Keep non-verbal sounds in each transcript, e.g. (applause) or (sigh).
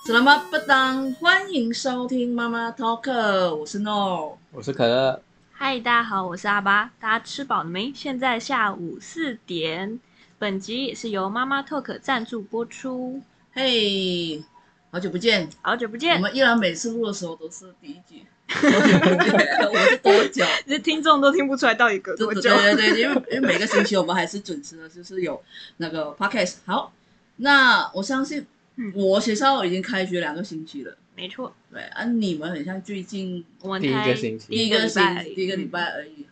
怎么不当？欢迎收听妈妈 Talk，我是 No。我是可乐，嗨，大家好，我是阿巴，大家吃饱了没？现在下午四点，本集也是由妈妈 Talk 赞助播出。嘿、好久不见！好久不我见，们依然每次录的时候都是第一集，我是多久？这听众都听不出来到底隔对多对久。对对，因为因为每个星期我们还是准时的，就是有那个 podcast。好，那我相信嗯我学校已经开学两个星期了，没错，对啊，你们很像最近我们第一开个星第期一个礼星拜而已第一个礼拜而已。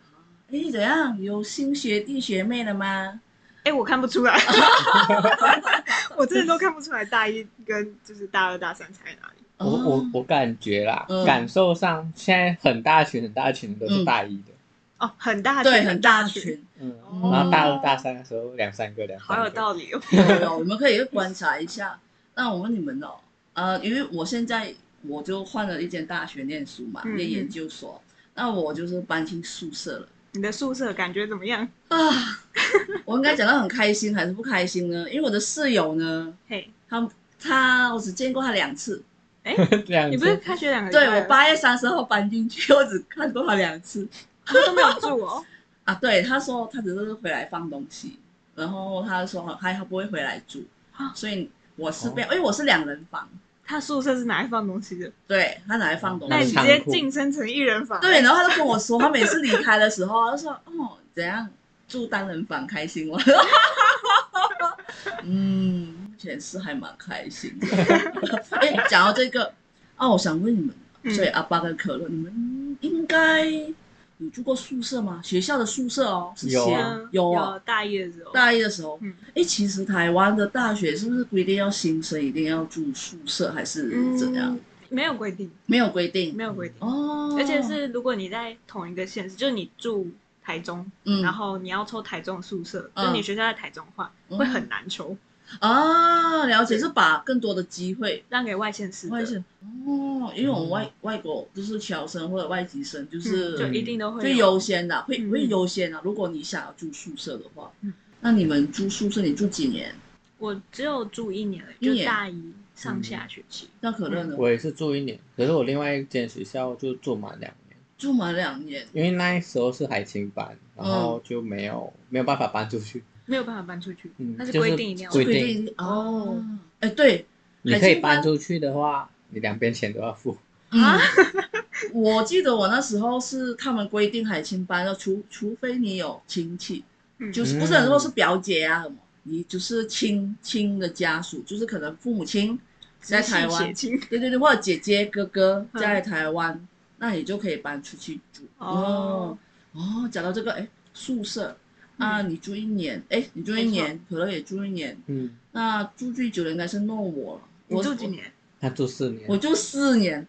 哎、怎样？有新学弟学妹了吗？哎，我看不 (laughs) 出来，我真的都看不出来大一跟就是大二、大三差在哪里。我哦我我感觉啦嗯，感受上现在很大群很大群都是大一的，哦，很大群对，很大群，群。嗯哦，然后大二大三的时候两三个两好有三个，道理哦。 (laughs) 有有，我们可以观察一下。那我问你们哦，呃，因为我现在我就换了一间大学念书嘛，嗯念研究所，那我就是搬进宿舍了你的宿舍感觉怎么样？啊。 (laughs) 我应该讲到很开心还是不开心呢？因为我的室友呢，嘿，他他我只见过他两次，这样 (laughs) 你不是子开学两个礼对拜我了八月三十号搬进去，我只看过他两次他都没有住哦。啊。对，他说他只是回来放东西，然后他说他他不会回来住，啊所以我是哦被，因为我是两人房。他宿舍是拿来放东西的，对他 (laughs) 拿来放东那你西直嗯。接晋升成一人房。对，然后他就跟我说，他每次离开的时候，他就说：“哦，怎样住单人房开心吗？” (laughs) 嗯，目前是还蛮开心的。哎，讲到这个，啊，我想问你们，嗯所以阿巴跟可乐，你们应该有住过宿舍吗？学校的宿舍哦，是有学啊嗯，有啊有，大一的时候，大一的时候嗯，哎，其实台湾的大学是不是规定要新生一定要住宿舍，还是怎样？嗯？没有规定，没有规定没有规定。啊哦，而且是如果你在同一个县市，就是你住台中，嗯然后你要抽台中的宿舍，嗯就是你学校在台中的话，嗯会很难抽，啊，了解，是把更多的机会让给外县市的外省哦，因为我们外外国就是侨生或者外籍生，就嗯是就一定都会就有优先的，会嗯会优先的。如果你想要住宿舍的话嗯，那你们住宿舍你住几年？我只有住一年而已，一年就大一上下学期。那可乐呢？我也是住一年，可是我另外一间学校就住满两年，住满两年，因为那时候是海青班，然后就没有没有办法搬出去，没有办法搬出去嗯，它是就是规定一定要规规定定哦哦。哎，对你可以搬出去的话，你两边钱都要付，啊，我记得我那时候是他们规定海青班要除除非你有亲戚，嗯就是不是很多是表姐啊什么，你就是亲亲的家属，就是可能父母亲在台直系血湾，亲对对对，或者姐姐哥哥嗯在台湾，那你就可以搬出去住。哦哦，讲到这个，哎，宿舍啊，嗯你住一年，哎，你住一没错年，可乐也住一年，嗯，那住最久的应该是弄我了。你我住几？年？他住四年我，我住四年，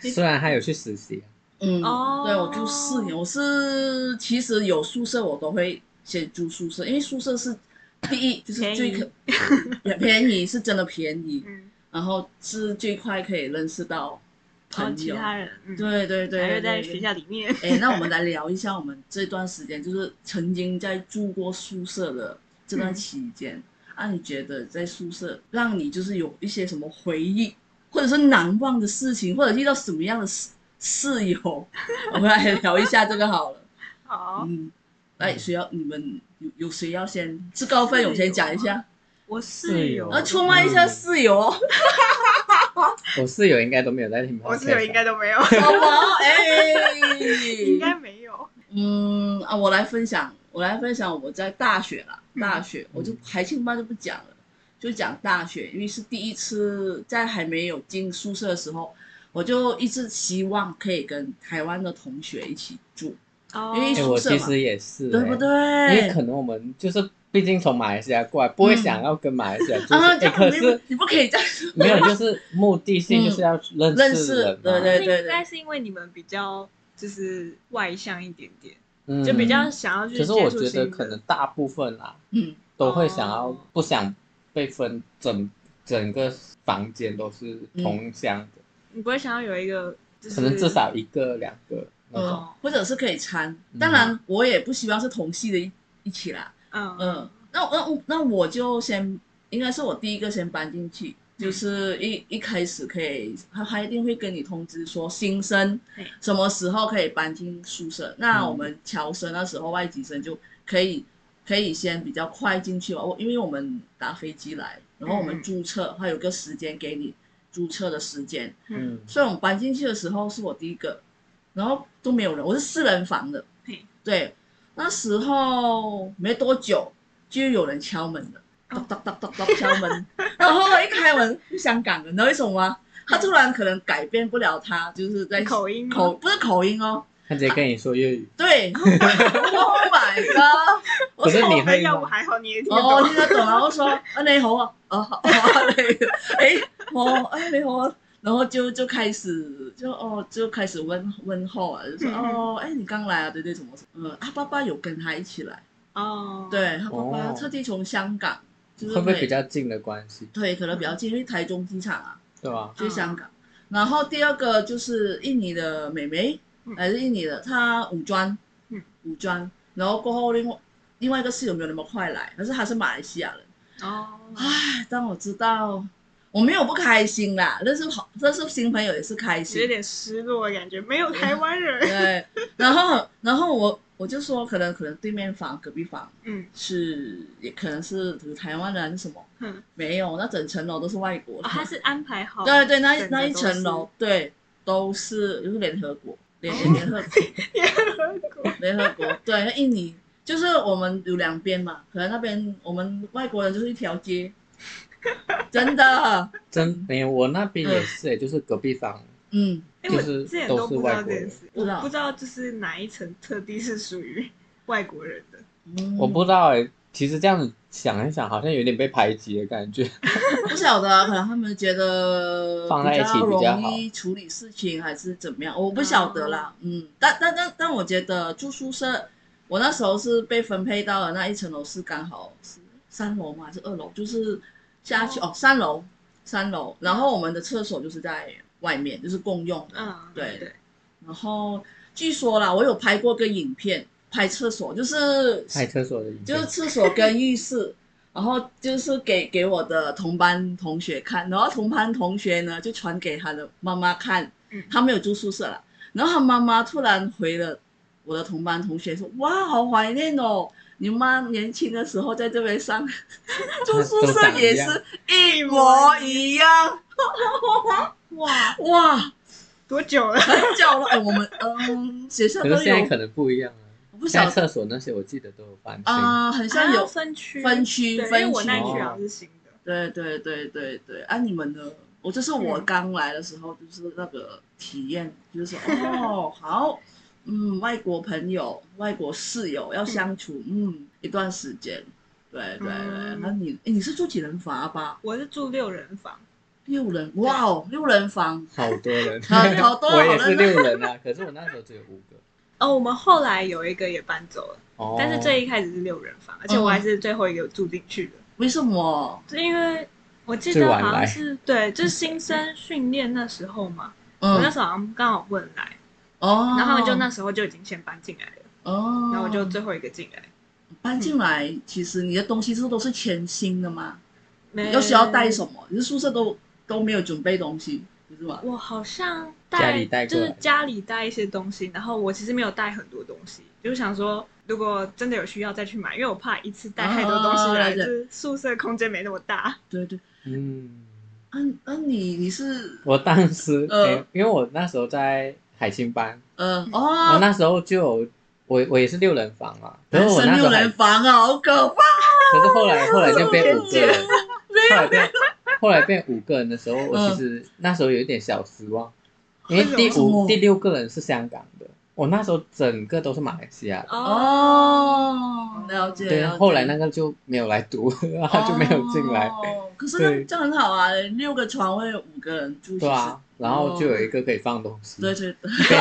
虽然他有去实习，啊嗯，哦对，我住四年，我是其实有宿舍我都会先租宿舍，因为宿舍是第一就是最可也 (laughs) 便宜，是真的便宜，嗯，然后是最快可以认识到然后朋其友。他人，嗯，对对对，还对会在对学校里面。哎，那我们来聊一下我们这段时间，就是曾经在住过宿舍的这段嗯期间，啊，你觉得在宿舍让你就是有一些什么回忆，或者是难忘的事情，或者遇到什么样的室室友？ (laughs) 我们来聊一下这个好了。好，嗯，来，谁要你们有有谁要先自告奋勇先讲一下，我室室友啊嗯友然后出卖一下室友哦，我室友应该都没有在听 podcast 啊，我室友应该都没 (laughs) 有，好不好？哎， (laughs) 应该没有。嗯啊，我来分享，我来分享我在大学啦，嗯大学、我就还青班就不讲了，就讲大学，因为是第一次在还没有进宿舍的时候，我就一直希望可以跟台湾的同学一起住，哦因为哎，宿我舍其嘛实也是，对不哎对？因为可能我们就是毕竟从马来西亚过来，不会想要跟马来西亚住，啊，哎这样可你不是哎你不可以这样没有，就是目的性就是要认人嘛，啊嗯认识对对那应该是因为你们比较就是外向一点点，嗯就比较。想要可去接是触我新的。觉得可能大部分啦嗯都会想要哦不想被分整整个房间都是同乡的，嗯你不会想要有一个，就是可能至少一个两个那种。嗯，或者是可以掺，嗯当然我也不希望是同系的一一起啦，嗯嗯，那那我那我就先应该是我第一个先搬进去，就是一一开始可以，他他一定会跟你通知说新生对什么时候可以搬进宿舍。那嗯我们侨生那时候外籍生就可以可以先比较快进去吧，我因为我们搭飞机来，然后我嗯们注册，它有个时间给你注册的时间。嗯嗯所以我们搬进去的时候是我第一个，然后都没有人，我是四人房的嘿，对，那时候没多久就有人敲门了，哦咚咚咚咚咚敲门，然后一开门是香港人，你知道为什么吗？他突然可能改变不了他，就是嗯在口音吗口不是口音哦，他直接跟你说粤语，对，Oh my god！我可是说你我们会要不吗？还好，你也听得哦，懂。听得懂，然后说啊你好啊，哦好啊你， (laughs) 哎我哎你好啊，然后就就开始就哦就开始问问候啊，就说嗯嗯哦哎你刚来啊对对什么什么，呃他爸爸有跟他一起来，哦，，对他爸爸哦特地从香港，就是会不会每比较近的关系？对可能比较近，因为台中机场啊对吧？去香港，然后第二个就是印尼的妹妹嗯，来自印尼的，她五专嗯，五专，然后过后另外另外一个室友没有那么快来，可是她是马来西亚人。哦，唉，当我知道我没有不开心啦，认识好认识新朋友也是开有心。点失落的感觉，没有台湾人。对，然后然后我我就说，可能可能对面房隔壁房嗯是也可能是台湾人还是什么，哼，没有，那整层楼都是外国嗯哦，人。他是安排好，对对，那整个那一都层是楼对都是就是联合国联哦联合 (laughs) 国联合国对，那印尼就是我们有两边嘛，可能那边我们外国人就是一条街，真的，真没有，我那边也是、欸，就是隔壁房，嗯。哎，我就是之前都都是不知道外这国件人事，不知我道不知道就是哪一层特地是属于外国人的。嗯我不知道哎、其实这样子想一想，好像有点被排挤的感 (laughs) 觉。嗯不晓得，啊可能他们觉得放在一起比较好容易处理事情，还是怎么样，我不晓得啦。嗯，但但但但我觉得住宿舍，我那时候是被分配到了那一层楼是刚好是三楼嘛，还是二楼？就是下去哦哦三楼，三楼。然后我们的厕所就是在外面，就是共用的。嗯，对对，然后据说啦，我有拍过个影片，拍厕所，就是拍厕所的影就片是厕所跟浴室，然后就是给给我的同班同学看，然后同班同学呢就传给他的妈妈看嗯，他没有住宿舍了，然后他妈妈突然回了我的同班同学说：“哇，好怀念哦，你妈年轻的时候在这边上住宿 (laughs) 都舍长一也样是一模一样，哇，哇，多久了？很久了，哎，我们嗯学校可都是现在有，可能不一样了、我不现晓在得厕所那些我记得都有翻新，啊，很像啊有分区，分区对，因为分我区那一区哦好像是新的。对对对对对，啊，你们呢？我就是我嗯刚来的时候，就是那个体验，就是说哦，好，嗯，外国朋友、外国室友要相处，嗯，一段时间，对对对。嗯那、你诶你是住几人房啊？吧，我是住六人房，六人，哇哦，六人房，好多 (laughs) 人，好好多 (laughs) 我也好是多人六人啊，可是我那时候只有五个。哦，我们后来有一个也搬走了，哦，但是最一开始是六人房，而且我嗯还是最后一个住进去的，为什么？是因为我记最得晚好像来是对，就是新生训练那时候嘛，我那嗯，时候好像刚好问来，哦，啊然后他们就那，时候就已经先搬进来了，哦，然后我就最后一个进来。搬进来。其实你的东西是不是都是全新的吗？没有需要带什么？你是宿舍都都没有准备东西，不是吗？我好像家带里带就过来是家里带一些东西，然后我其实没有带很多东西，就是想说如果真的有需要再去买，因为我怕一次带太多东西哦了来，就解是宿舍空间没那么大。对对，嗯，啊啊你你是我当时、呃诶因为我那时候在海星班，嗯呃我哦，那时候就有我我也是六人房嘛，可男是我生那啊时六候还人房啊，好可怕！ (laughs) 可是后 (laughs) 来后来就变五个人，没嗯后来变 (laughs) 后来变五个人的时候，我其实那时候有一点小失望，因为第为什五么第六个人是香港的，我那时候整个都是马来西亚的。哦哦，了解。对啊了，解后来那个就没有来读， (laughs) 然后就没有进来，哦可是对那这样很好啊，六个床位五个人住，对啊，然后就有一个可以放东西，哦其实，对 (laughs) 对对，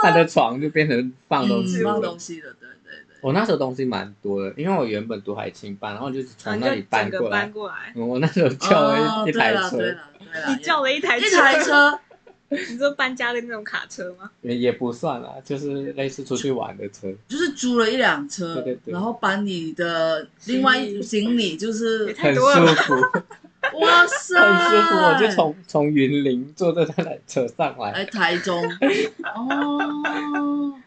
他的床就变成放东西嗯了。 (laughs) 放东西的，对对对。我那时候东西蛮多的，因为我原本读海青班，然后就是从啊然那后里就整个过来搬。过来，嗯我那时候叫哦了一一台对了车，对了对啊了，你叫了一台一台，车，你说搬家的那种卡车吗？也也不算啦，就是类似出去玩的车。就是租了一辆车，对对对然后把你的另外一行李行李就是也太很多 (laughs) 舒了吧服，哇塞，很舒服，我就从从云林坐在他的车上来，来台 (laughs) 中哦，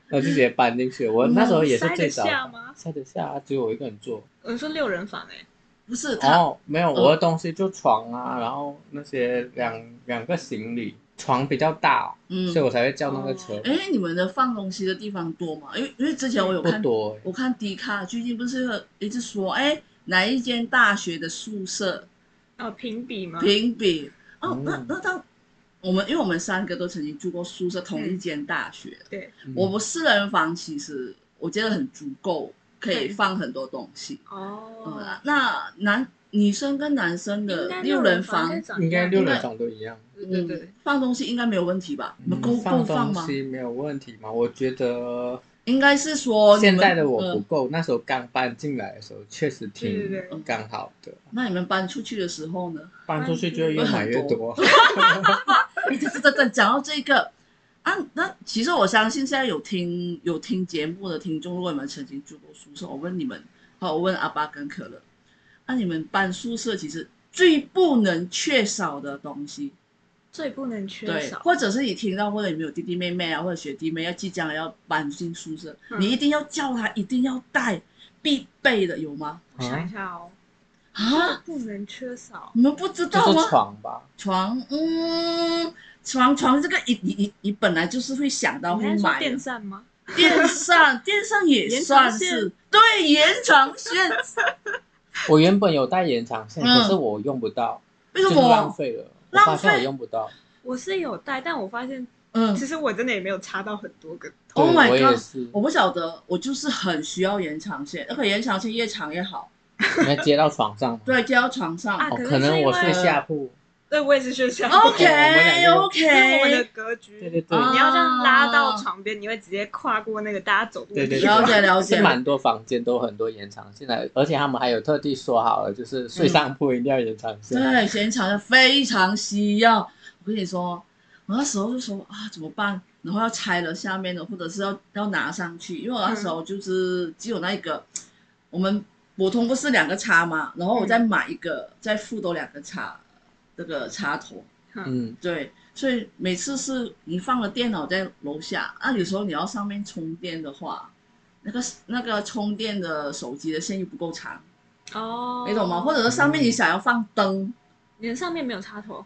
然后就直接搬进去。我嗯那时候也是塞最得早下吗？塞得下啊，只有我一个人坐。我说六人房哎，不是他哦，没有，嗯我的东西就床啊，然后那些两两个行李，床比较大，哦嗯所以，我才会叫那个车。哎，你们的放东西的地方多吗？因为因为之前我有不看多，欸嗯我看迪卡最近不是一直说，哎，哪一间大学的宿舍哦，评比吗？评比？哦嗯，那那到我们，因为我们三个都曾经住过宿舍，同一间大学。对，嗯我们四人房其实我觉得很足够，可以放很多东西。哦，呃，那男女生跟男生的六人人房，应该六应人该房都一样。对对对嗯，放东西应该没有问题吧？你们够嗯够放放东吗？西没有问题吗？我觉得应该是说你们现在的我不呃够，那时候刚搬进来的时候确实对挺对对刚好的，那你们搬出去的时候呢？搬出去就越嗯买越多。这这这这讲到这个啊，那其实我相信现在有听有听节目的听众，如果你们曾经住过宿舍，我问你们，好，我问阿巴跟可乐，那、你们搬宿舍其实最不能缺少的东西，最不能缺对，啊少。或者是你听到或者你们有弟弟妹妹啊，或者学弟妹要即将要搬进宿舍，嗯你一定要叫他一定要带必备的，有吗？我想一下哦，啊，不能缺少你们不知就道吗是？床吧，床，嗯，床床这个你你你你本来就是会想到你会在说买的电扇吗？电扇， (laughs) 电扇也延算长是线对延长 (laughs) 线，我原本有带延长线，嗯可是我用不到，为什就是浪么？费了。我浪费发现我用不到，我是有带，但我发现嗯其实我真的也没有插到很多个。对 Oh my 我 god 也是，我不晓得，我就是很需要延长线，而且延长线越长越好。你要接到床上吗？对，接到床上。啊哦，可是可能我是因为睡下铺，对，我也是学校。我们哦 OK 两个 OK， (laughs) 因为我们的格局，对对对啊你要这样拉到床边，你会直接跨过那个大家走路的对对地对，了方。解了解是蛮多房间都有很多延长线的，而且他们还有特地说好了，就是睡上铺一定要延长线。对，延长线非常需要。我跟你说，我那时候就说啊，怎么办？然后要拆了下面的，或者是要要拿上去，因为我那时候就是只有那一个，我们普通不是两个叉嘛，然后我再买一个，再附多两个叉，这个插头。嗯，对，所以每次是你放了电脑在楼下，那、有时候你要上面充电的话，那个那个充电的手机的线又不够长， (laughs) 哦，你懂吗？或者是上面你想要放灯。你的上面没有插头，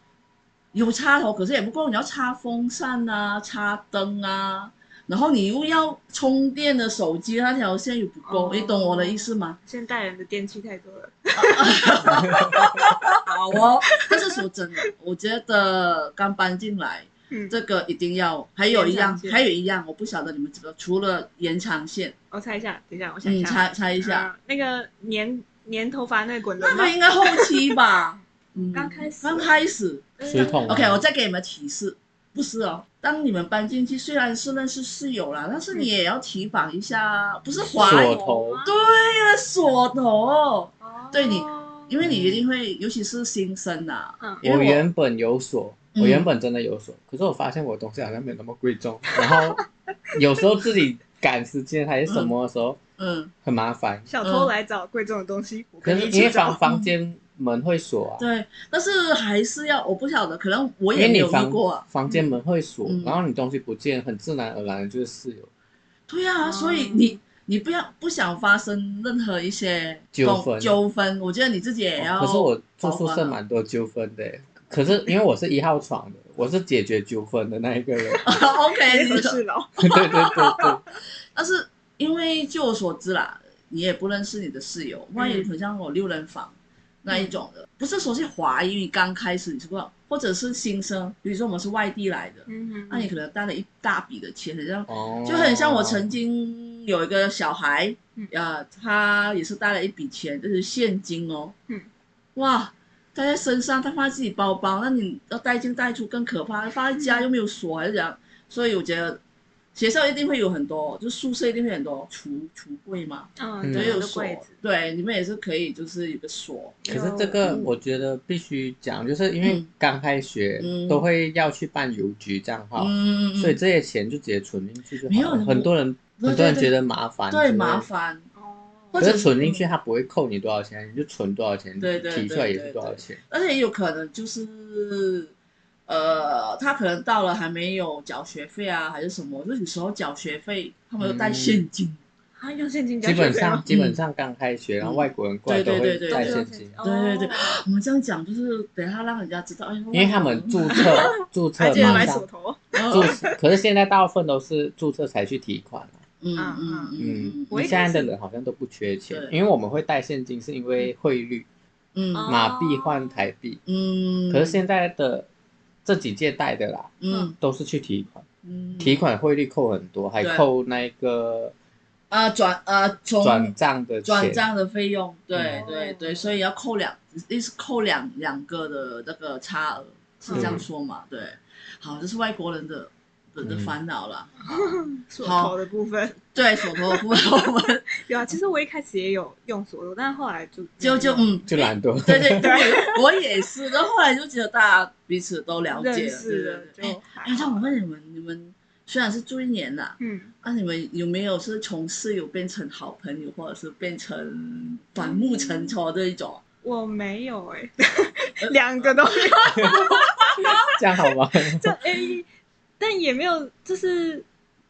有插头，可是也不够，你要插风扇啊，插灯啊，然后你又要充电的手机那条线又不够，哦你懂我的意思吗？现代人的电器太多了。好哦， (laughs) 但是说真的，我觉得刚搬进来嗯，这个一定要，还有一延样长，线还有一样，我不晓得你们知不知道，除了延长线，我猜一下，等一下，我想你一嗯下，猜猜一下，呃那个粘粘头发那个滚那轮吗个？应该后期 (laughs) 吧？嗯，刚开始刚开始，嗯水桶 OK，我再给你们提示，不是哦。当你们搬进去，虽然是认识室友啦，但是你也要提防一下，啊不是滑嗯锁对头了锁头，哦对你因为你一定嗯会，尤其是新生啊呐、嗯因为我我原本有锁，嗯我原本真的有锁，可是我发现我东西好像没有那么贵 (laughs) 重，然后有时候自己赶时间还是什么的时候嗯，很麻烦，小偷来找贵重的东西，我可跟你是一因为起房找。房间门会锁啊，嗯对，但是还是要，我不晓得，可能我因也为没你有遇房过、啊。房间门会锁嗯，然后你东西不见，很自然而然的就是室友。对啊，哦所以你你不要不想发生任何一些纠懂纷纠纷，我觉得你自己也要。哦可是我住宿舍蛮多纠纷的耶，可是因为我是一号床的，我是解决纠纷的那 (laughs) 一个人。 (laughs) OK，哎你不的是了，对对对对， (laughs) 但是因为据我所知啦，你也不认识你的室友，万一很像我六人房那一种的，不是说是华裔刚开始，你是不知道，或者是新生，比如说我们是外地来的，嗯那你可能带了一大笔的钱，很像哦，就很像我曾经有一个小孩嗯，呃，他也是带了一笔钱，就是现金哦，嗯，哇。带在身上，他放在自己包包，那你要带进带出更可怕。放在家又没有锁，还是怎样？所以我觉得学校一定会有很多，就宿舍一定会有很多橱橱柜嘛，嗯，都对，嗯有有的锁柜子。。对，你们也是可以，就是有个锁。可是这个我觉得必须讲，就是因为嗯刚开学嗯都会要去办邮局账号，嗯，所以这些钱就直接存进去就没有好了。很多人对对很多人对觉得麻烦，对麻。烦。哦，或可者是存进去，它不会扣你多少钱，你就存多少钱，对对提出来也是多少钱。而且有可能就是，呃，他可能到了还没有缴学费啊，还是什么，就有时候缴学费他们都带嗯现金，啊，用现金交基本学费上 (laughs) 吗基本上刚开学，然后外国人过来都嗯对对会对带对现金，对对对哦我们这样讲就是等一下让人家知道，哎，因为他们注 (laughs) 册注还册记得马买手上头，注嗯，可是现在大部分都是注册才去提款啊嗯嗯嗯嗯我一现开在始的人好像都不缺钱，对因为我们会带现金是因为汇率，嗯哦马币换台币。嗯，可是现在的这几届带的啦，嗯都是去提款，嗯提款汇率扣很多，还对扣那个啊转啊从转账的转钱。账的费用，对嗯对对，所以要扣两，一是扣两两个的那个差额，是这样说嘛？对，好，这是外国人的的的嗯嗯烦恼啦。手好头的部分。对，手头的部分我 (laughs) 们有啊，其实我一开始也有用手头，但是后来就就就没有嗯，就懒惰，对对对，我也是。然后后来就觉得大家彼此都了解 (laughs) 认了，对识对了，对。就还哎，好那我问你们，你们虽然是住一年啦，嗯，那、你们有没有是从室友变成好朋友，或者是变成反目嗯成仇这一种？我没有哎，呃 (laughs) 两个都没有，这样好吗？ (laughs) 就哎，但也没有，就是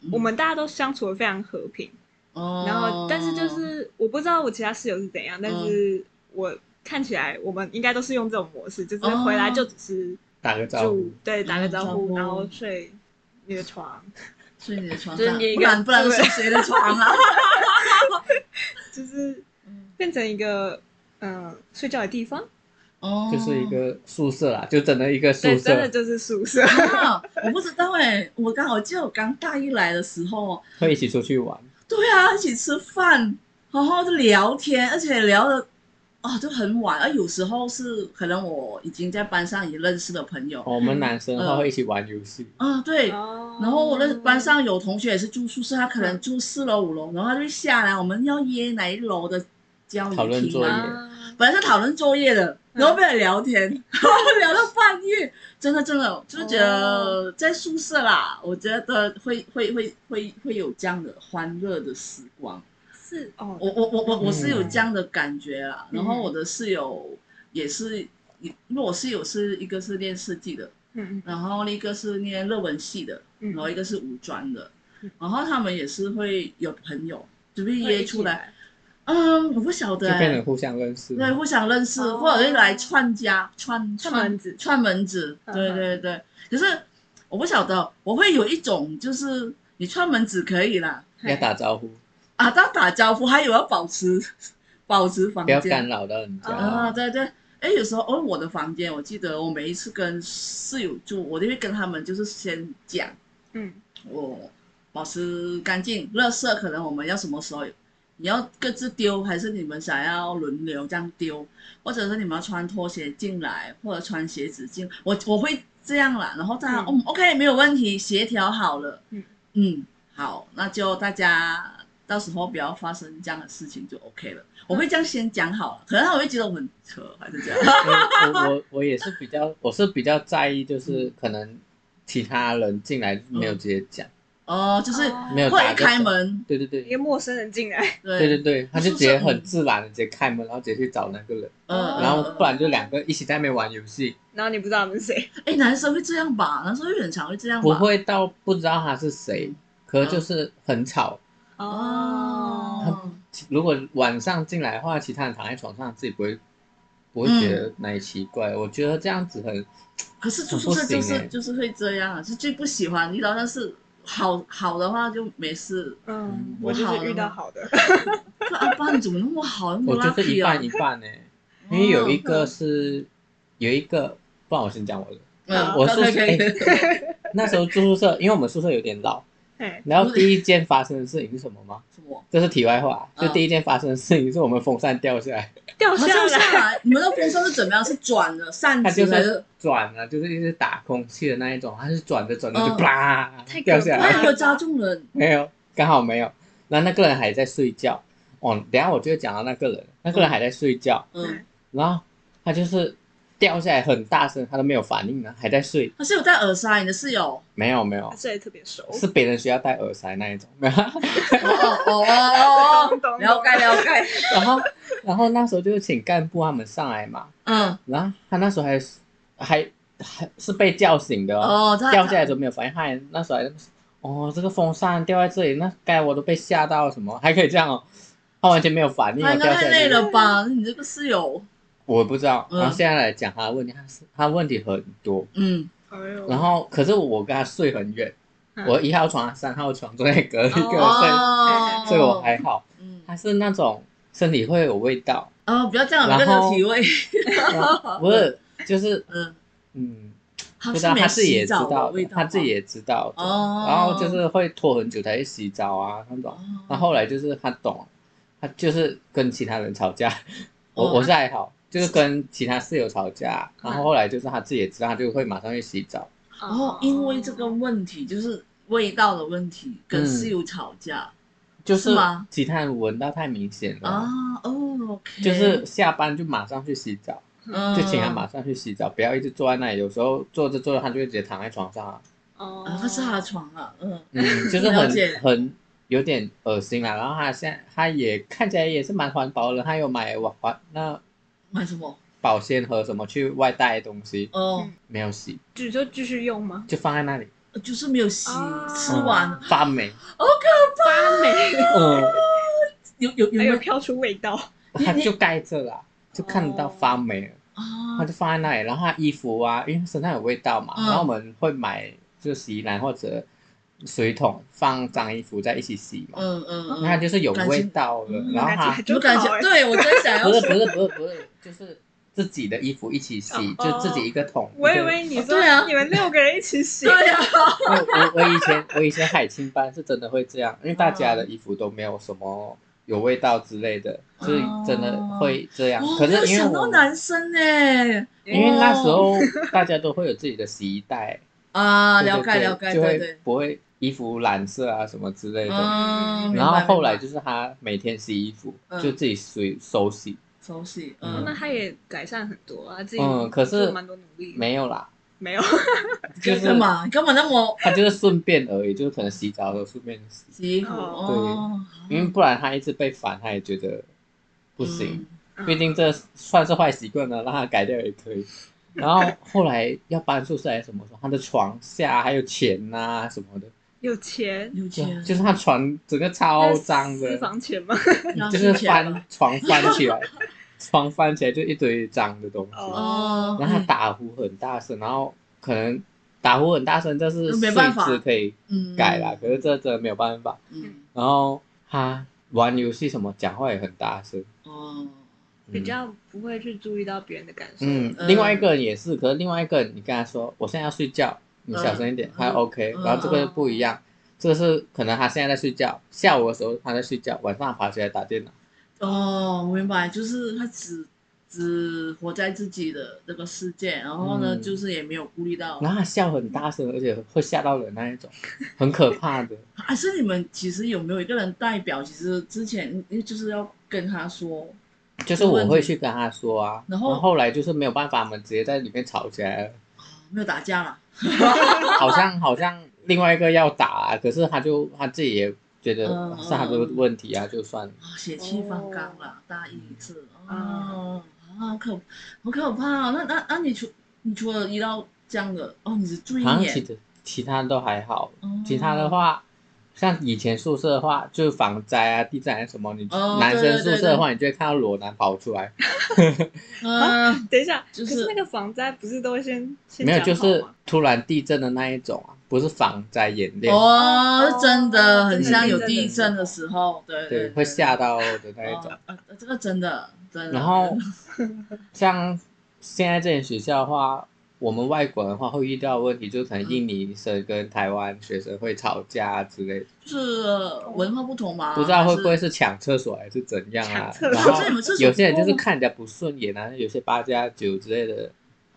嗯我们大家都相处的非常和平。哦，嗯然后，但是就是我不知道我其他室友是怎样，但是我看起来我们应该都是用这种模式，就是哦回来就只是打个招呼住，，对，打个招嗯招呼呼，然后睡你的床，睡你的床就是上，你一不个然不然对睡谁的床 (laughs) 啊？就是变成一个嗯、呃睡觉的地方，哦，就是一个宿舍啦，就整了一个宿对，真的舍，就是宿 (laughs) 舍。啊，我不知道哎、我刚好记得我刚大一来的时候，会一起出去玩。对啊，一起吃饭，然后聊天，而且聊的啊就很晚，而有时候是可能我已经在班上也认识的朋友，哦我们男生的话嗯会一起玩游戏，啊对，然然后我的班上有同学也是住宿舍，他可能住四楼五楼，然后他就下来，我们要约哪一楼的交讨流论厅作业啊？本来是讨论作业的，然后被人聊天， (laughs) 然后聊到半夜，真的真的就是觉得在宿舍啦，我觉得会会会会会有这样的欢乐的时光。是哦，我我我我我是有嗯这样的感觉啦，然后我的室友也是，因为我室友是一个是练设计的，嗯然后另一个是念日文系的，嗯然后一个是五专的嗯，然后他们也是会有朋友，就会嗯约出来。，嗯，我不晓就得、变欸成，互相认识。对，互相认识，哦或者是来串家串串门子串门子。嗯对对对，可是我不晓得，我会有一种就是你串门子可以啦，要打招呼，啊，当打招呼还有要保持 (laughs) 保持房不要间干扰到人啊，家。对对。哎，有时候哦，我的房间，我记得我每一次跟室友住，我都会跟他们就是先讲。嗯我保持干净，垃圾可能我们要什么时候，你要各自丢，还是你们想要轮流这样丢，或者是你们要穿拖鞋进来，或者穿鞋子进，我我会这样啦，然后大家嗯嗯 OK 没有问题，协调好了，嗯嗯好，那就大家到时候不要发生这样的事情就 OK 了，我会这样先讲好了，可能他们会觉得我很扯还是这 (laughs) 样，我 (laughs) 我我我也是比较，我是比较在意，就是嗯可能其他人进来没有直接讲，哦、就是哦没有或者打一个开手，门，对对一对。个陌生人进来，对对对对，他就直接宿舍很自然的直接开门，然后直接去找那个人，嗯，嗯然后嗯不然就两个一起在那边玩游戏，然后你不知道他们是谁，哎，男生会这样吧？男生会很常会这样吧？不会到不知道他是谁，可就是很吵。嗯哦，哦，其如果晚上进来的话，其他人躺在床上，自己不会不会觉嗯得哪里奇怪。我觉得这样子很可是住宿舍就不行是欸就是会这样，啊，是最不喜欢遇到。但是好好的话就没事。嗯嗯，我就是遇到好的，说阿爸你怎么那么好，那么我觉得 lucky 一啊半？一半欸呢、因为有一个是有一个，不然我先讲我的。嗯，我可宿以舍、可以可以欸 (laughs) 那时候住宿舍，因为我们宿舍有点老，哎，然后第一件发生的事情是什么吗？什么？这是题外话，嗯就第一件发生的事情是我们风扇掉下来，掉好下像下啊来，来，你们的风扇是怎么样？是转的扇它就子还是是？转啊，就是一直打空气的那一种，它是转着转着就嗯啪太可掉下怕它有来了，没有扎中人？没有，刚好没有。然后那个人还在睡觉，哦，等一下我就会讲到那个人，那个人还在睡觉，嗯然后他就是掉下来很大声，他都没有反应啊呢，还在睡。可是有戴耳塞，你的室友？没有没有他，睡得特别熟。是别人需要戴耳塞那一种。 (laughs) 哦哦哦哦懂懂哦，了解了解。然后然后那时候就是请干部他们上来嘛，嗯，然后他那时候还还还是被叫醒的哦，他掉下来都没有反应，还那时候还哦，这个风扇掉在这里，那该我都被吓到什么，还可以这样哦，他完全没有反应，啊他应该掉下太来累就了吧？你这个室友，我不知道。嗯然后现在来讲他的问题，他是他问题很多，嗯，哎呦然后可是我跟他睡很远，嗯我一号床、三号床坐在隔壁跟我睡，哦，所以我还好。嗯，他是那种身体会有味道，哦，不要这样，不要这然样后体味。然 (laughs) 后不是就是嗯，嗯，他不是知道没他自己洗也知澡的道味的，道他自己吗也知道的。哦，然后就是会拖很久才去洗澡啊那种。那后来就是他懂，他就是跟其他人吵架，我、哦我是还好，就是跟其他室友吵架，嗯然后后来就是他自己也知道，他就会马上去洗澡。然哦哦后哦因为这个问题，就是味道的问题，跟室友吵架就是吗其他人闻到太明显了，啊。哦，OK，嗯就是下班就马上去洗澡，嗯就请他马上去洗澡，不要一直坐在那里。有时候坐着坐着他就会直接躺在床上啊，哦啊，他是他的床啊，嗯，嗯，就是了解很很。有点恶心啦，然后他现在他也看起来也是蛮环保的，他有买环环那买什么？保鲜盒什么去外带的东西，哦，没有洗，只就继续用吗？就放在那里，嗯就是没有洗，啊吃完发霉。发霉， (laughs) 嗯，有有有还没有有飘出味道。它就盖着啦，就看得到发霉了，它啊？就放在那里。然后它衣服啊，因为身上有味道嘛，嗯然后我们会买就洗衣篮或者水桶放脏衣服在一起洗嘛，嗯嗯嗯，那它就是有味道了。嗯然后感觉它我感觉，对我真想要不是说，不是不是不是，就是自己的衣服一起洗，哦就自己一个桶。我以一个为你说对啊你们六个人一起洗，啊对啊呀，我我我以前我以前海青班是真的会这样，因为大家的衣服都没有什么有味道之类的，哦所以真的会这样。哦可没有是因为想我到男生欸呢，因为那时候 (laughs) 大家都会有自己的洗衣袋，啊，对了解对对了解，就对会对，不会衣服染色啊什么之类的。嗯，明白然后后来明白就是他每天洗衣服，嗯就自己水手洗，手洗，嗯那嗯，他也改善很多啊，自己嗯可是做蛮多努力的，没有啦，没有，就干是嘛干嘛那么他就是顺便而已，就是可能洗澡的时候顺便洗，洗衣服？哦哦，因为不然他一直被烦，他也觉得不行。嗯。毕竟这算是坏习惯了，让他改掉也可以。然后后来要搬宿舍还是什么时候，他的床下还有钱呐、什么的，有钱，嗯有就钱，就是他床整个超脏私的，房钱吗？要就是付钱翻吧床翻起来， (laughs) 床翻起来就一堆脏的东西。哦哦，然后他打呼很大声，然后可能打呼很大声，这是没睡办法姿可以嗯改啦，可是这真的没有办法。嗯，然后他玩游戏什么讲话也很大声，哦，嗯比较不会去注意到别人的感受。嗯，嗯另外一个人也是，可是另外一个人，你跟他说我现在要睡觉，你小声一点嗯，他 OK、嗯然后这个不一样，这个是可能他现在在睡觉，下午的时候他在睡觉，晚上爬起来打电脑。哦，我明白，就是他只只活在自己的这个世界，然后呢，嗯就是也没有顾虑到。然后他笑很大声，而且会吓到人那 (laughs) 一种，很可怕的。还啊是你们其实有没有一个人代表？其实之前就是要跟他说，就是我会去跟他说啊，然然后后后来就是没有办法，我们直接在里面吵起来了，啊没有打架啦。 (laughs) 好像好像另外一个要打、啊，可是他就他自己也觉得嗯是他的问题啊，就算了。啊，血气方刚啦，大意次嗯哦，啊，可好可怕啊！那那那你除你除了遇到这样的哦，你只住一好像年其，他其他都还好，哦其他的话，像以前宿舍的话，就是防灾啊、地震啊什么，你哦男对生对宿对舍的话，你就会看到裸男跑出来，嗯，等一下，就可是是那个防灾不是都会先先没有，讲就好是吗突然地震的那一种啊，不是防灾演练，哦，是真的，哦很真的像有真的地震的时候，对对，对，会吓到的那一种。哦呃这个真的真的。然后像现在这些学校的话，我们外国人的话会遇到的问题，就是可能印尼生跟台湾学生会吵架啊之类的，就是文化不同嘛，不知道还会是不会是抢厕所还是怎样啊抢？厕然所后可是你们啊厕所有些人不够就是吗看人家不顺眼啊，有些八加九之类的。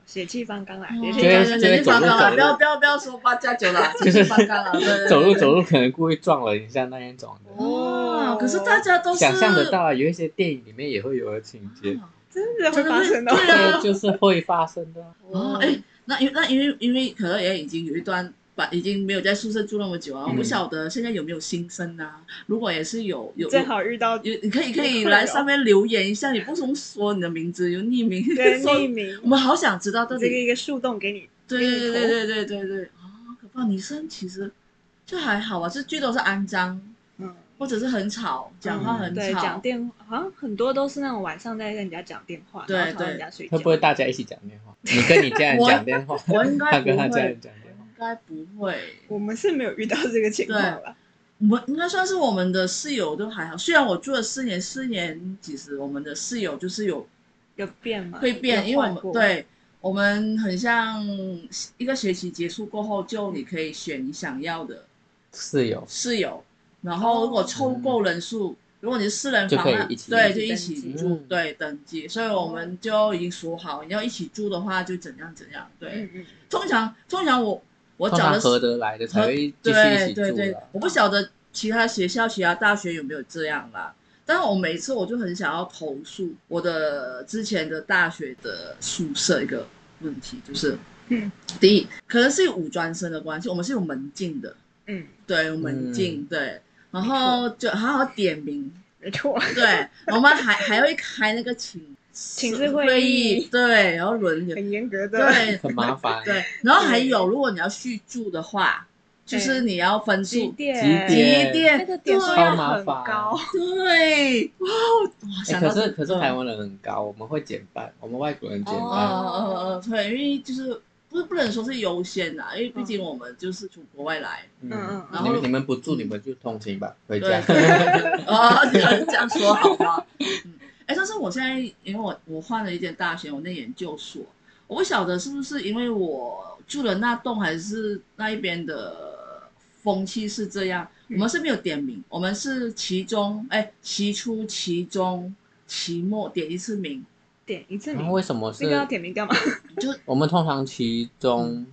血气方刚来，哦血对对对就会就气方会血气走方路刚走啦，路不要不要不要说八加九啦，就是血气方刚啦，对对对 (laughs) 走路走路可能故意撞了一下那一种的，哦啊，可是大家都是 (laughs) 想象得到啊，有一些电影里面也会有的情节，啊真的会真的发会生的哦。对啊这就是会发生的。哦，哎，那因那因为因为可乐也已经有一段把已经没有在宿舍住那么久啊了，我不嗯晓得现在有没有新生啊？如果也是有有正有好遇到有，你可以可以会来有上面留言一下，你不用说你的名字，有匿名对 (laughs) 说匿名，我们好想知道到这个底一个树洞给你，对对对对对对对对啊，可怕！女生其实就还好啊，就最多是肮脏嗯，或者是很吵，讲嗯嗯话很对，讲吵，电话，好像很多都是那种晚上在跟人家讲电话，对然后吵对人家睡觉会。不会大家一起讲电话？你跟你家人讲电话，我应该 (laughs) 他不跟他家会人，讲电话应。该不会。我们是没有遇到这个情况了，我应该算是我们的室友都还好，虽然我住了四年，四年其实我们的室友就是有有变吗？会变，有因为我换过们对我们很像一个学期结束过后，就你可以选你想要的室友室友，然后哦如果凑够人数，如果你是四人房，嗯就可以那一起对，就一一起起登记住嗯，对，登记。所以我哦们就已经说好，你要一起住的话就怎样怎样。对嗯，嗯，通常通常我我通找常的合是得来的才会继续一对起对住啊对了，。我不晓得其他学校、其他大学有没有这样啦。但是我每次我就很想要投诉我的之前的大学的宿舍一个问题，就是，嗯，第一可能是有五专生的关系，我们是有门禁的，嗯，对，有门禁，嗯对，然没后就好好点名，没错，对，我们还还会开那个寝寝室室会议议，对，然后轮流，很严格的，对很麻烦。对，然后还有，如果你要续住的话，就是你要分几数点？几几点哎点，那个点数对啊要超麻很烦高，对，哇，哇，哎想到可是这可是台湾人很高，我们会减半，我们外国人减哦半。哦哦，对，因为就是不不能说是优先啦，因为毕竟我们就是从国外来，嗯嗯嗯你然后们你们不住，你们就通勤吧，回对家。 (laughs) 啊，这样这样说好吗？嗯，哎，但是我现在因为我我换了一间大学，我念研究所，我不晓得是不是因为我住的那栋还是那一边的风气是这样，我嗯们是没有点名，我们是期中哎期初、期中、期末点一次名，点一次然名后，为什么那是个？要点名 (laughs) 掉吗？就我们通常期中、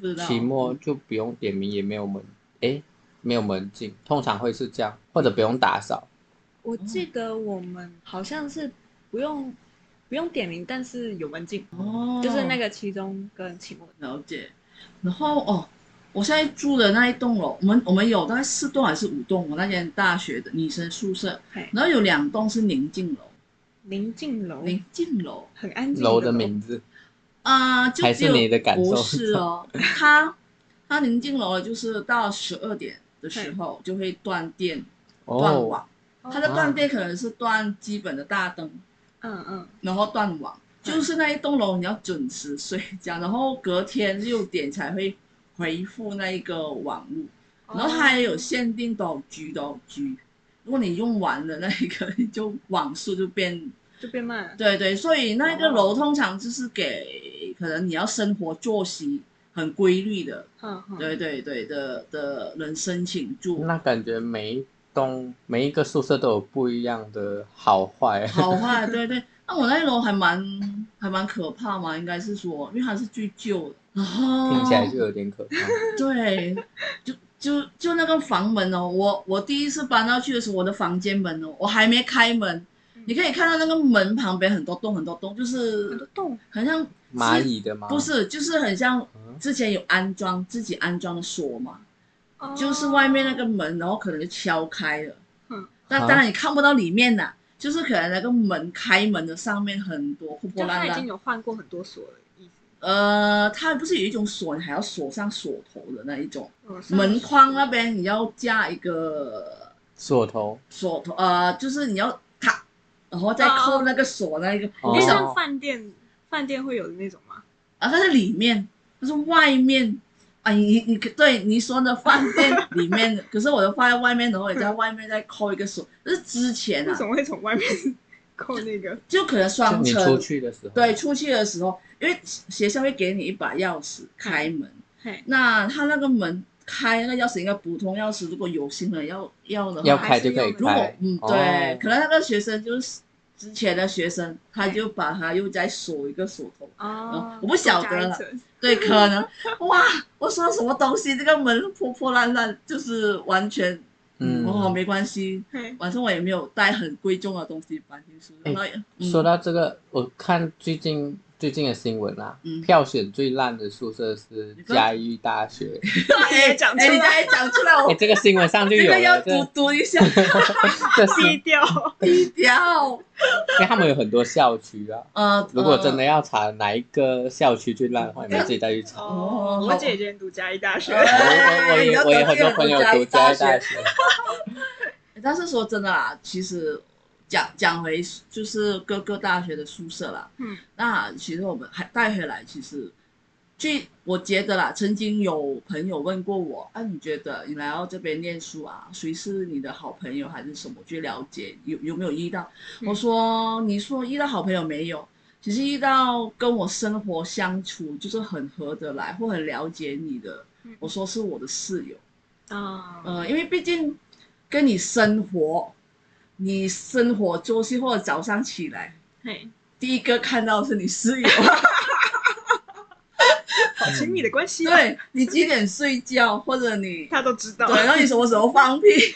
不嗯知道期末就不用点名，也没有门，哎，没有门禁，通常会是这样，或者不用打扫。我记得我们好像是不用不用点名，但是有门禁，哦，就是那个个期中跟期末。了解，然后哦。我现在住的那一栋楼，我们我们有大概四栋还是五栋？我那间大学的女生宿舍，嘿，然后有两栋是宁静楼，宁静楼，宁静楼很安嗯静楼的的名字，啊、就还只是有你的感受不是哦，它它宁静楼就是到十二点的时候就会断电、断哦，网，它的断电可能是断基本的大灯，嗯嗯，然后断网，就是那一栋楼你要准时睡觉，然后隔天六点才会回复那一个网络，哦哦然后它还有限定到 G 到 G，如果你用完了那一个， (laughs) 你就网速就变就变慢。对对，所以那个哦楼通常就是给可能你要生活作息很规律的，嗯嗯，对对对的的人申请住。那感觉每一栋每一个宿舍都有不一样的好坏。好坏，对对。 (laughs) 那我那一楼还蛮还蛮可怕嘛，应该是说，因为它是最旧的，然后听起来就有点 (laughs) 可怕。对，就就就那个房门哦，我我第一次搬到去的时候，我的房间门哦，我还没开门，嗯你可以看到那个门旁边很多洞很多洞，就很多是洞，很像蚂蚁的吗？不，是，就是很像嗯之前有安装自己安装的锁嘛，哦就是外面那个门，然后可能就敲开了。嗯，那啊当然你看不到里面呐、就是可能那个门开门的上面很多破就破他烂已经烂。有换过很多所了，意思呃，它不是有一种锁，你还要锁上锁头的那一种，哦上门框啊那次边你要架一个锁头。锁头，呃，就是你要咔，然后再哦扣那个锁那一个，哦我不就晓像饭店饭店会有的那种吗？啊，它是里面，它是外面啊，你你你对你说的饭店里面的，可是我的放在外面，然后你在外面再扣一个锁，这是之前为啊什，么会从外面 (laughs) 扣那个？就可能就双你出层，去的时候，对，出去的时候，因为学校会给你一把钥匙开门，嘿，那他那个门开那个钥匙应该普通钥匙，如果有心人要要的要话，开就可以如果开。嗯哦对，可能那个学生就是之前的学生，他就把他又再锁一个锁头。哦我不晓得多加一了层对，可 (laughs) 能哇，我说什么东西？这个门破破烂烂，就是完全嗯，哦，没关系，晚上我也没有带很贵重的东西搬进去。哎然后也嗯说到这个，我看最近最近的新闻啊，嗯票选最烂的宿舍是你说嘉义 (laughs) 大学。 (laughs) (laughs) (laughs) 哎讲哎，出你来再讲出来，哎、我这个新闻上就这有个要了，这读读一 (laughs) 下。 (laughs) 这是低因调。低调，为他们有很多校区啊。呃，如果真的呃要查哪一个校区最烂的话，你们自己再去查。哦我姐姐读嘉义大学，我我我哎也要我也得很多罪朋友人家读嘉大义大学学，但是说真的啦，其实讲讲回就是各个大学的宿舍啦，嗯，那其实我们还带回来，其实据我觉得啦，曾经有朋友问过我，啊，你觉得你来到这边念书啊，谁是你的好朋友还是什么？去了解有有没有遇到？嗯我说你说遇到好朋友没有？其实遇到跟我生活相处就是很合得来或很了解你的嗯，我说是我的室友。 (laughs) 哦嗯，呃，因为毕竟跟你生活，你生活作息或者早上起来，嘿，第一个看到的是你室友， (laughs) 好亲密的关啊系，，对你几点睡觉，或者你他都知道，对，然后你什么时候放屁， (laughs)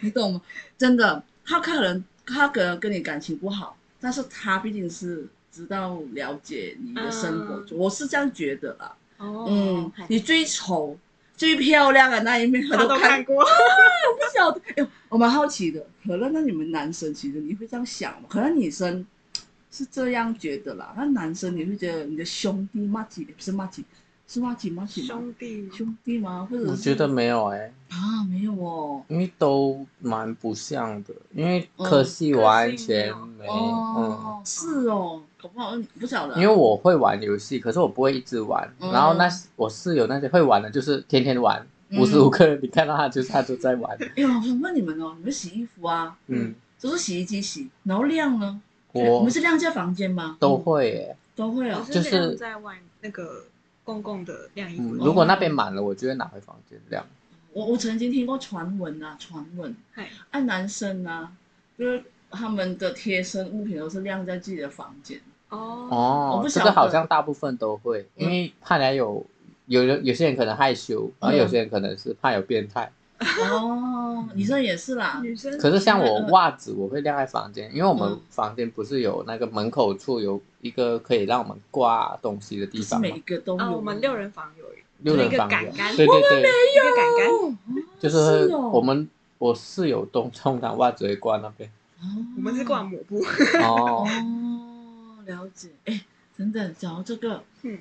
你懂吗？真的，他可能他可能跟你感情不好，但是他毕竟是知道了解你的生活，嗯我是这样觉得啦。哦，嗯好，你最丑、最漂亮的那一面，他都看看过，不晓得，哎呦，我蛮好奇的。可乐，那你们男生其实你会这样想吗？可能女生是这样觉得啦，那男生你会觉得你的兄弟骂起不是骂起，是骂起骂起吗？兄弟嘛，兄弟吗？或者是我觉得没有哎、啊，没有哦。因为都蛮不像的，因为嗯科系完全没，嗯，哦，是哦，搞不好不晓得啊。因为我会玩游戏，可是我不会一直玩。嗯然后那我室友那些会玩的，就是天天玩，嗯无时无刻你看到他就是他都在 (laughs) 玩。哎呦，我想问你们哦，你们洗衣服啊，嗯，都是洗衣机洗，然后晾呢？你我们嗯是晾在房间吗？都会耶。都会哦。就是这样在外那个公共的晾衣嗯，服，哦如果那边满了，我就会拿回房间晾。我我曾经听过传闻啊，传闻。嗨按男生啊，就是他们的贴身物品都是晾在自己的房间。 (laughs) 哦，我哦不，这晓得个好像大部分都会，嗯因为怕来有有人有些人可能害羞，然后有些人可能是怕有变态。哦，女生也是啦。女生可是像我嗯袜子，我会晾在房间，因为我们嗯房间不是有那个门口处有一个可以让我们挂东西的地不是方每吗一？个都有。啊，我们六人房有一六人一个房杆有杆对对一对，个杆杆，哦，就是是会哦我们我室友都通常袜子会挂那 (laughs) 边。哦我们是挂抹布，哦，哦，了解。哎，等等，讲到这个，嗯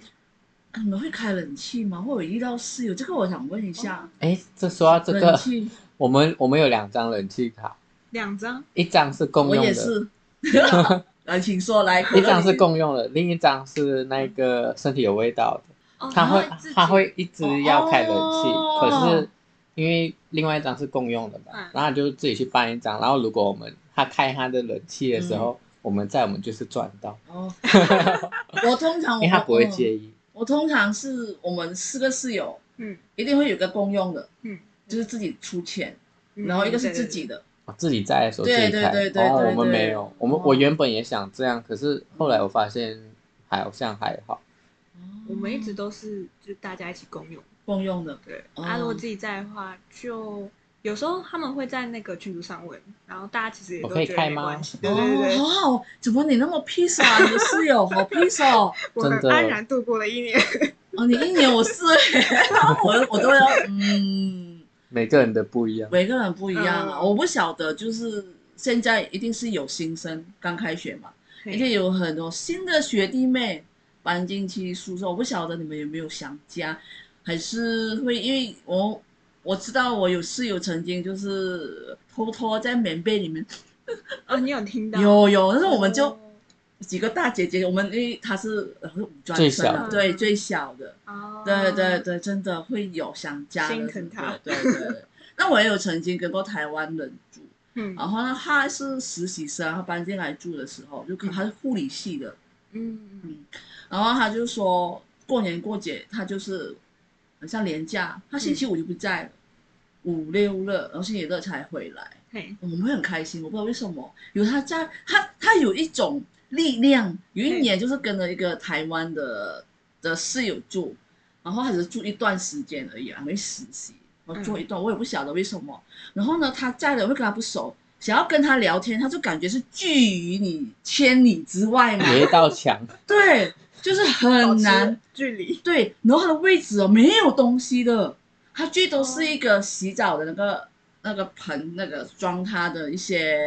啊，你们会开冷气吗？或者遇到室友？这个我想问一下。哎，这说到这冷个，气，我们我们有两张冷气卡，两张一张是公我用也的， (laughs) 是。来，请说来。可乐一张是你公用的，另一张是那个身体有味道的。哦他会然后自己他会一直要开冷气，哦可是因为另外一张是共用的嘛，嗯然后你就自己去办一张，然后如果我们他开他的冷气的时候，嗯我们在我们就是赚到，哦， (laughs) 我通常我因为他不会嗯介意。我通常是我们四个室友，嗯，一定会有个公用的，嗯，就是自己出钱，嗯然后一个是对对自对己的，我哦自己在的时候自哦对己开，对对对然后对我们对没有，我们哦我原本也想这样，可是后来我发现好像还好，我们一直都是就大家一起共用。公用的，对，哦啊，如果自己在的话，就有时候他们会在那个群组上问，然后大家其实也我都可以觉开得没吗关系。对对对，哦，好好，怎么你那么 peace (laughs) 啊？你的室友好 peace 哦，我很真的安然度过了一年。哦，你一年我四 (laughs) 月，我我都要，嗯，每个人的不一样。每个人不一样啊，嗯我不晓得，就是现在一定是有新生刚开学嘛，一定有很多新的学弟妹搬进去宿舍，我不晓得你们有没有想家，还是会因为我我知道我有室友曾经就是偷偷在棉被里面哦，你有听到？有有，但是我们就哦几个大姐姐，我们因为她是呃是五专最生小嘛，的对最小的，哦，对对对，真的会有想家的，心疼她对对对 (laughs) 对。那我也有曾经跟过台湾人住，嗯然后呢，他是实习生，他搬进来住的时候，就看他是护理系的，嗯嗯然后他就说过年过节他就是很像年假，他星期五就不在了，五六日，然后星期日才回来。嘿，我们会很开心，我不知道为什么，有他在，他他有一种力量。有一年就是跟了一个台湾的的室友住，然后还是住一段时间而已啊，没实习。我做一段，我也不晓得为什么。然后呢，他家人会跟他不熟，想要跟他聊天，他就感觉是拒于你千里之外嘛，有一道 (laughs) 墙，对，就是保很持难。距离，对，然后它的位置哦没有东西的，它最多是一个洗澡的那个、那个盆，那个装它的一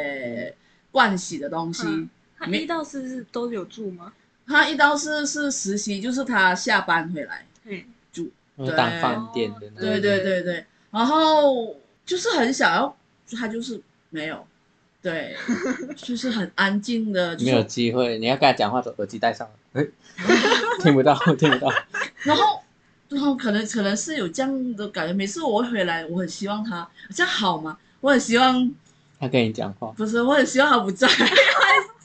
些盥洗的东西。嗯他没一到四是都有住吗？他一刀是是实习，就是他下班回来，嘿，对当饭店的那种。对对对对，然后就是很想要，他就是没有，对，就是很安静的，就 (laughs) 没有是机会，你要跟他讲话，耳机戴上，哎，听不到，听不到。然后。然后可能可能是有这样的感觉，每次我回来，我很希望他这样好吗？我很希望他跟你讲话，不是，我很希望他不 (laughs) 在，因为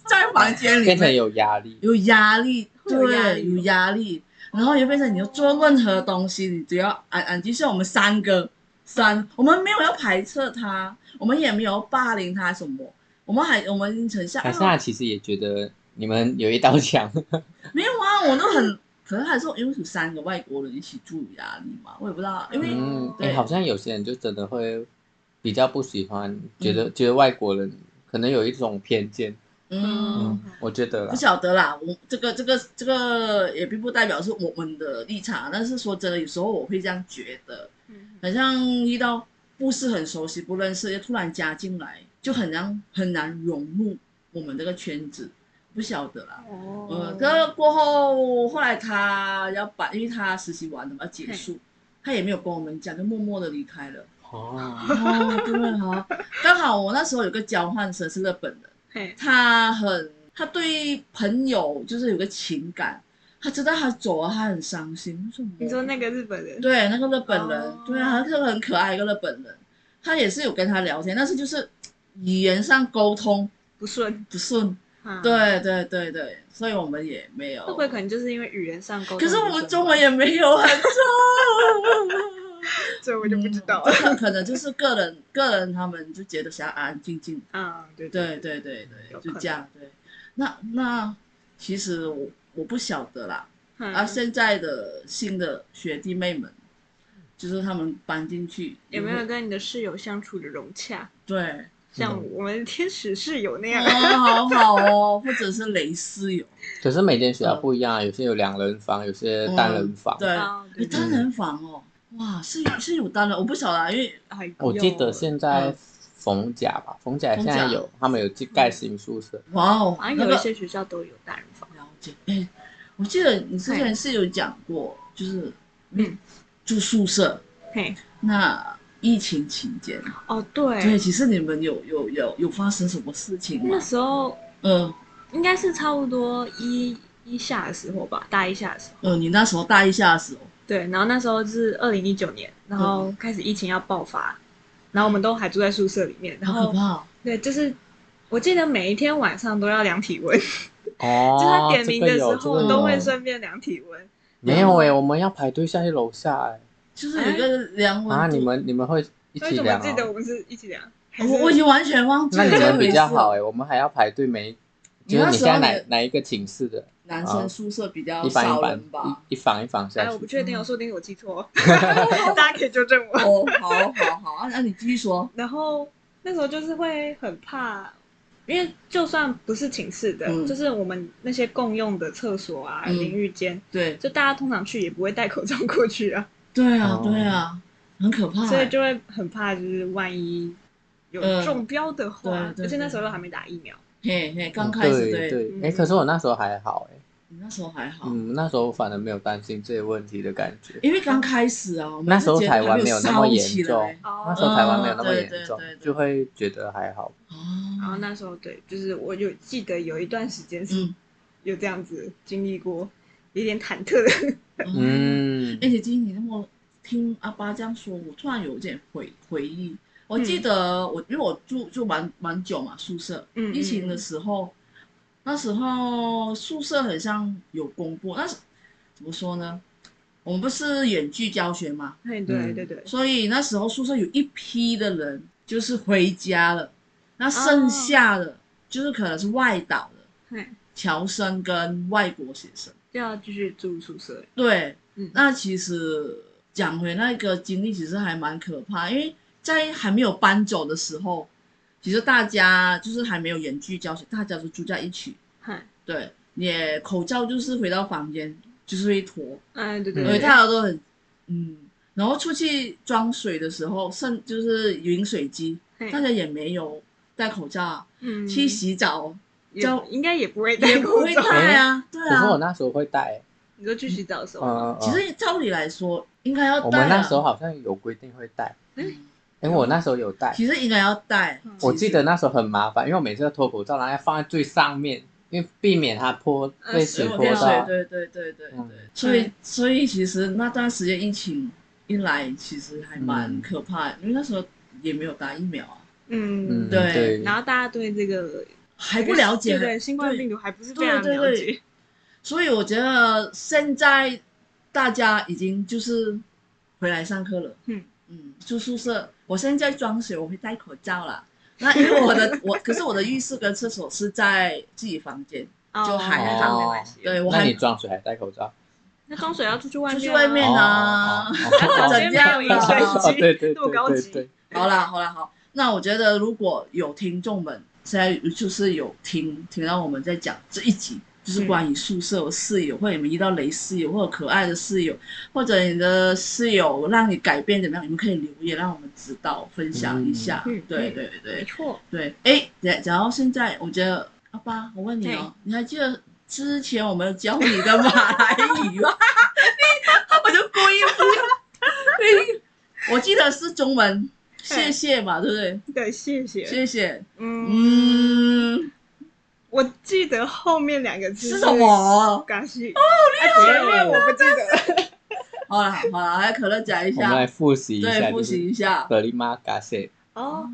在房间里变成面有压力。有压力，会有压对，力有哦压力，然后也变成你要做任何东西，你只要啊安安静。像我们三个，三，我们没有要排斥他，我们也没有霸凌他什么，我们还我们很像、凯撒啊其实也觉得你们有一道 (laughs) 墙，没有啊，我都很，可能还是因为有三个外国人一起住有压力嘛，我也不知道，因为、嗯，对哎，好像有些人就真的会比较不喜嗯欢，觉得觉得外国人可能有一种偏见，嗯嗯，我觉得啦不，晓得啦，我这个这个这个也并不代表是我们的立场，但是说真的，有时候我会这样觉得，嗯好像遇到不是很熟悉、不认识，又突然加进来，就很难很难融入我们这个圈子，不晓得啦。呃，哦可是过后后来他要把，因为他实习完了嘛，要结束，他也没有跟我们讲，就默默的离开了。哦，哦，对啊哈， (laughs) 刚好我那时候有个交换生是日本人。嘿，他很，他对朋友就是有个情感，他知道他走了，他很伤心。为什么你说那个日本人，对那个日本人，哦对啊，他是个很可爱一个日本人，他也是有跟他聊天，但是就是语言上沟通不顺，不顺。啊，对对对对，所以我们也没有。会不会可能就是因为语言上沟通不可顺？是我们中文也没有啊 (laughs) 很重，这我就不知道嗯了。这可可能就是个人个人他们就觉得想要安安静静。啊，对对对对对，有就可这样。对，那那其实我我不晓得啦。嗯啊，现在的新的学弟妹们，就是他们搬进去有没有会跟你的室友相处的融洽？对？像我们天使室友那样，哦，好好哦，或者是雷室友，可是每间学校不一样啊，有些有两人房，有些单人房。嗯对，哦诶嗯对单人房哦，哇，是是有单人，我不晓得啊，因为哎呦我记得现在逢甲吧，逢甲现在有他们有去盖新宿舍，哇哦，好像那有一个些学校都有单人房，了解，哎，我记得你之前是有讲过，就是嗯嗯住宿舍，嘿，那疫情期间，哦对，对，其实你们有有有有发生什么事情吗那？时候嗯应该是差不多一一下的时候吧，大一下的时候，呃，你那时候大一下的时候。对，然后那时候是二零一九年，然嗯后开始疫情要爆发，然后我们都还住在宿舍里面，然好可后怕、哦！对，就是我记得每一天晚上都要量体温，嗯就哦他，点名的时这个有候这个都有会顺便量体温，没有哎，我们要排队下去楼下哎就是有一个量温度，啊，你们你们会一所起以怎么量记得我哦？们是一起量？还是我我已经完全忘记 (laughs) 那了你这们回比事较好哎，我们还要排队每，你就是那你时现候在哪也哪一个寝室的，啊男生宿舍比较一房少一人房吧。一一房一房下哎，我不去，确定，我说不定我记错，哦 (laughs) 大家可以纠正我。哦，好好好啊，那你继续说。然后那时候就是会很怕，因为就算不是寝室的，嗯就是我们那些共用的厕所啊、嗯淋浴间，对就大家通常去也不会戴口罩过去啊，对啊哦，对 (laughs) 啊，很可怕欸、所以就会很怕，就是万一有嗯中标的话，对对而且那对时候都还没打疫苗，嘿嘿，刚开始哦嗯对对，哎，嗯可是我那时候还好哎，你那时候还好，嗯，那时候反而没有担心这些问题的感觉。因为刚开始啊，我们那时候是觉得台还湾没没有那么烧严起重来，哦那时候台湾没有那么对严对重对，对就会觉得还好。然后哦，那时候对，就是我有记得有一段时间是嗯有这样子经历过，有点忐忑 (laughs) 的。嗯，嗯，而且今天你那么听阿巴这样说，我突然有点回回忆。我记得我、因为我住住蛮蛮久嘛，宿舍，嗯疫情的时候，那时候宿舍很像有公布，但是怎么说呢？我们不是远距教学嘛，对对嗯对对，所以那时候宿舍有一批的人就是回家了，那剩下的就是可能是外岛的嘿，侨生跟外国学生。就要继续住宿舍。对，嗯那其实讲回那个经历，其实还蛮可怕，因为在还没有搬走的时候，其实大家就是还没有远距教学，大家都住在一起，嗨，对，也口罩就是回到房间就是会脱，哎，嗯对对因为对，大家都很嗯，然后出去装水的时候，甚就是饮水机，嘿大家也没有戴口罩啊，嗯去洗澡也就应该也不会 (laughs) 也戴不口会罩。戴啊，对可是我啊。那时候会戴，你说去洗澡的时候吗，嗯，嗯其实照理来说应该要戴、啊，我们那时候好像有规定会戴，因为我那时候有戴，其实应该要戴嗯。我记得那时候很麻烦，因为我每次要脱口罩，然后要放在最上面，因为避免它泼呃被啊水水我泼变水，到。对对对对对。嗯所以所以其实那段时间疫情一来，其实还蛮嗯可怕的，因为那时候也没有打疫苗啊，嗯嗯，对对。然后大家对这个还不了解，对对新冠对病毒还不是非对常对了对解。，所以我觉得现在大家已经就是回来上课了，嗯嗯，住宿舍。我现在装水，我会戴口罩啦。那因为我的我，可是我的浴室跟厕所是在自己房间，就还那好哦没关系。对我那还你装水还戴口罩？那装水要出去外面、出啊，去外面啊 (laughs) 哦哦哦 (laughs) 怎样饮水啦机哦对对对那么高对级对，好啦，好啦，好。那我觉得如果有听众们现在就是有听听到我们在讲这一集，嗯就是关于宿舍的室友，或者你们遇到雷室友，或者可爱的室友，或者你的室友让你改变怎么样，你们可以留言让我们知道，分享一下。嗯嗯对嗯对没对错，对。哎，讲讲到现在，我觉得阿爸，我问你对哦，你还记得之前我们教你的马来 (laughs) 语吗？你，我就故意 (laughs) 不要。你我记得是中文，谢谢嘛，对不对？对，谢谢。谢谢。嗯，嗯，我记得后面两个字是什？么？嘎 (laughs) 西。哦，啊前面我不记得。好了好了，来可乐讲一我们来下，复习一下，对，就复习是一下，格里玛嘎塞，哦，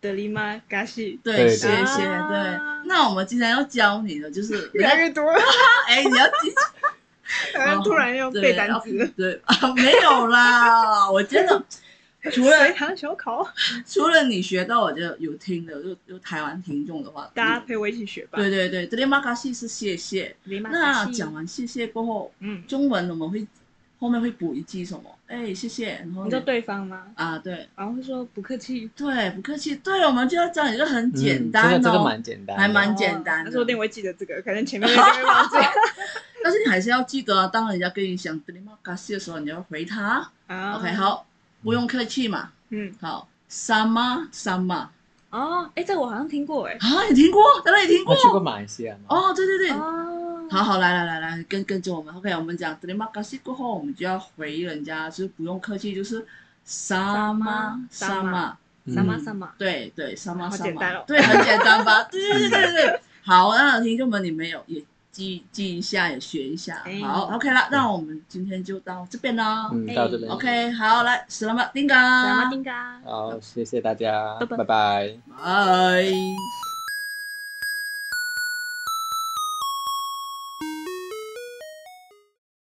德里玛嘎西，对，对谢对谢，对。那我们今天要教你的 (laughs) 就是，越来越多，哎，你要记住，好像突然要背单词了。 (laughs) 对啊，没有啦，我 (laughs) 真的除了随堂小考，除了你学到，我觉得有听的，就就台湾听众的话，大家陪我一起学吧。对对对，这里马卡西是谢谢。那讲，完谢谢过后，嗯，中文我们会后面会补一句什么？哎，谢谢，然后你说对方吗？啊，对。然后会说不客气，对，不客气。对，我们就要讲一个很简嗯单哦，这个这个蛮简单的，还蛮简单但的是我一定会记得这个，可能前面那个会 (laughs) 忘记。但是你还是要记得啊，当人家跟你讲 d r i m a g a s i 的时候，你要回他。啊 OK，，好，不用客气嘛。嗯，好，sama sama 哦，哎，这我好像听过，哎，啊，你听过？当然你听我过。去过马来西亚吗？哦，对对对，哦，好好，来来来来，跟跟着我们。OK，我们讲 d r i m a g a s i 过后，我们就要回人家，就是不用客气，就是 sama sama sama。嗯，什么什么，对对，三妈好三简妈，单哦对，很简 (laughs) 单吧？对对对对对对。好，那听众们你们有也记记一下，也学一下哎。好，OK 了，那我们今天就到这边喽。嗯，到这边 OK，好，来，斯拉马丁什么嘎，丁嘎。好，谢谢大家，拜拜拜拜。拜。